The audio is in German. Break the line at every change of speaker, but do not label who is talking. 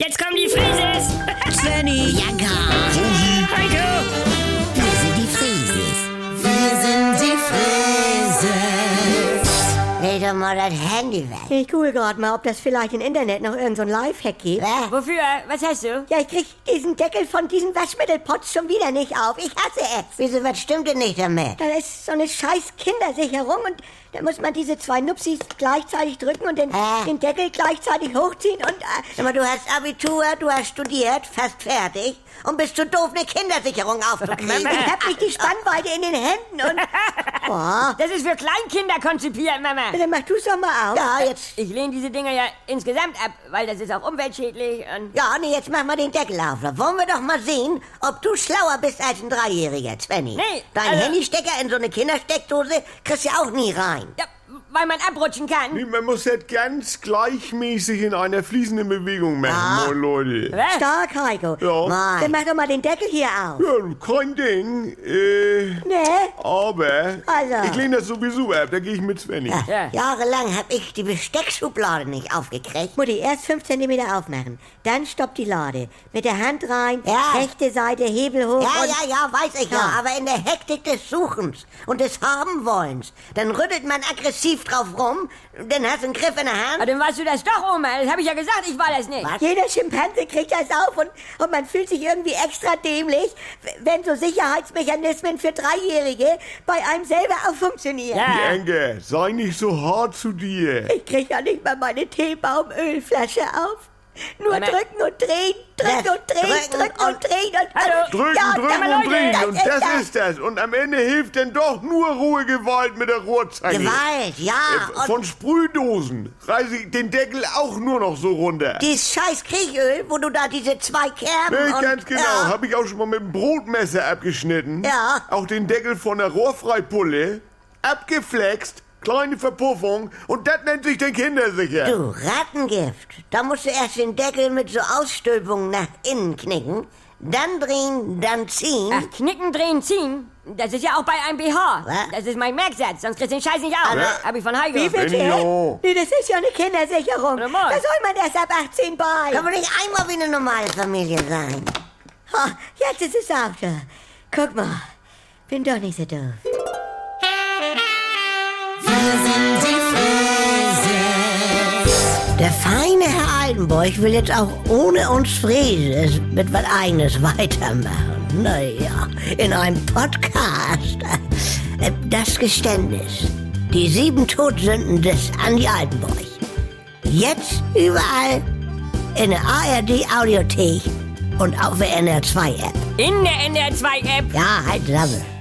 Jetzt kommen die Frieses!
Svenny,
Ja, gar.
Heiko!
Wir sind die Frieses. Wir sind die Frieses. Leg doch mal das Handy weg.
ich google gerade mal, ob das vielleicht im Internet noch irgendein so ein Lifehack gibt.
Hä?
Wofür? Was hast du?
Ja, ich krieg diesen Deckel von diesem Waschmittelpot schon wieder nicht auf. Ich hasse es.
Wieso, was stimmt denn nicht damit?
Da ist so eine scheiß Kindersicherung und da muss man diese zwei Nupsis gleichzeitig drücken und den,
Hä?
den Deckel gleichzeitig hochziehen und... Äh,
Sag mal, du hast Abitur, du hast studiert, fast fertig und bist zu doof, eine Kindersicherung aufzukriegen.
ich hab nicht die Spannweite in den Händen und... Boah,
Das ist für Kleinkinder konzipiert, Mama.
dann mach du's doch mal auf.
Ja, jetzt,
Ich lehne diese Dinger ja insgesamt ab, weil das ist auch umweltschädlich und...
ja, nee, jetzt mach mal den Deckel auf. Da wollen wir doch mal sehen, ob du schlauer bist als ein Dreijähriger, Svenny.
Nee,
Dein
also-
Handystecker in so eine Kindersteckdose kriegst du ja auch nie rein.
Ja, weil man abrutschen kann.
Nee, man muss das ganz gleichmäßig in einer fließenden Bewegung machen, moin Leute.
Was?
Stark, Heiko.
Ja.
Mann.
Dann mach doch mal den Deckel hier auf.
ja, kein Ding. Äh,
Ne?
aber
Also.
ich lehne das sowieso ab, da gehe ich mit Svenny.
Ja.
Jahrelang habe ich die Besteckschublade nicht aufgekriegt.
Mutti, erst 5 cm aufmachen, dann stopp die Lade. Mit der Hand rein,
Ja.
rechte Seite, Hebel hoch
Ja,
und...
ja, ja, weiß ich ja,
Ja.
aber in der Hektik des Suchens und des Habenwollens, dann rüttelt man aggressiv drauf rum, dann hast du einen Griff in der
Aber
Hand.
dann warst du das doch, Oma. Das habe ich ja gesagt, ich war das nicht.
Was?
Jeder Schimpanse kriegt das auf und, und man fühlt sich irgendwie extra dämlich, w- wenn so Sicherheitsmechanismen für Dreijährige bei einem selber auch funktionieren.
Ja.
Enge, sei nicht so hart zu dir.
Ich krieg ja nicht mal meine Teebaumölflasche auf. Nur
Mama.
drücken und drehen, drücken
Das
und drehen,
Drücken
drücken und
und-
drehen und...
Hallo.
Drücken,
Ja,
drücken
aber
und
Leute,
drehen. Und das
das.
ist das. Und am Ende hilft denn doch nur rohe Gewalt mit der Rohrzange.
Gewalt, ja,
Äh,
und
Von Sprühdosen reiße ich den Deckel auch nur noch so runter.
dieses scheiß Kriechöl, wo du da diese zwei Kerben
Nee,
und...
ganz genau.
Ja,
Habe ich auch schon mal mit dem Brotmesser abgeschnitten.
Ja.
Auch den Deckel von der Rohrfreipulle. Abgeflext, kleine Verpuffung. Und das nennt sich den Kindersicher.
du, Rattengift. Da musst du erst den Deckel mit so Ausstülpungen nach innen knicken, dann drehen, dann ziehen.
Ach, knicken, drehen, ziehen. Das ist ja auch bei einem BH.
Was?
Das ist mein Merksatz, sonst kriegst du den Scheiß nicht auf.
Was?
Hab ich von Heiko.
Wie bitte?
Benio.
Nee, das ist ja eine Kindersicherung. Da
Na,
soll
Mann.
man erst ab 18 bei.
Kann man nicht einmal wie eine normale Familie sein?
Ha, jetzt ist es auch da. Guck mal, bin doch nicht so doof.
Der feine Herr Altenburg will jetzt auch ohne uns Frieses mit was Eigenes weitermachen. Naja, in einem Podcast. Äh, Das Geständnis. Die sieben Todsünden des Andi Altenburg. Jetzt überall in der ARD-Audiothek und auf der NR2-App.
In der NDR 2-App.
Ja, halt Sammel.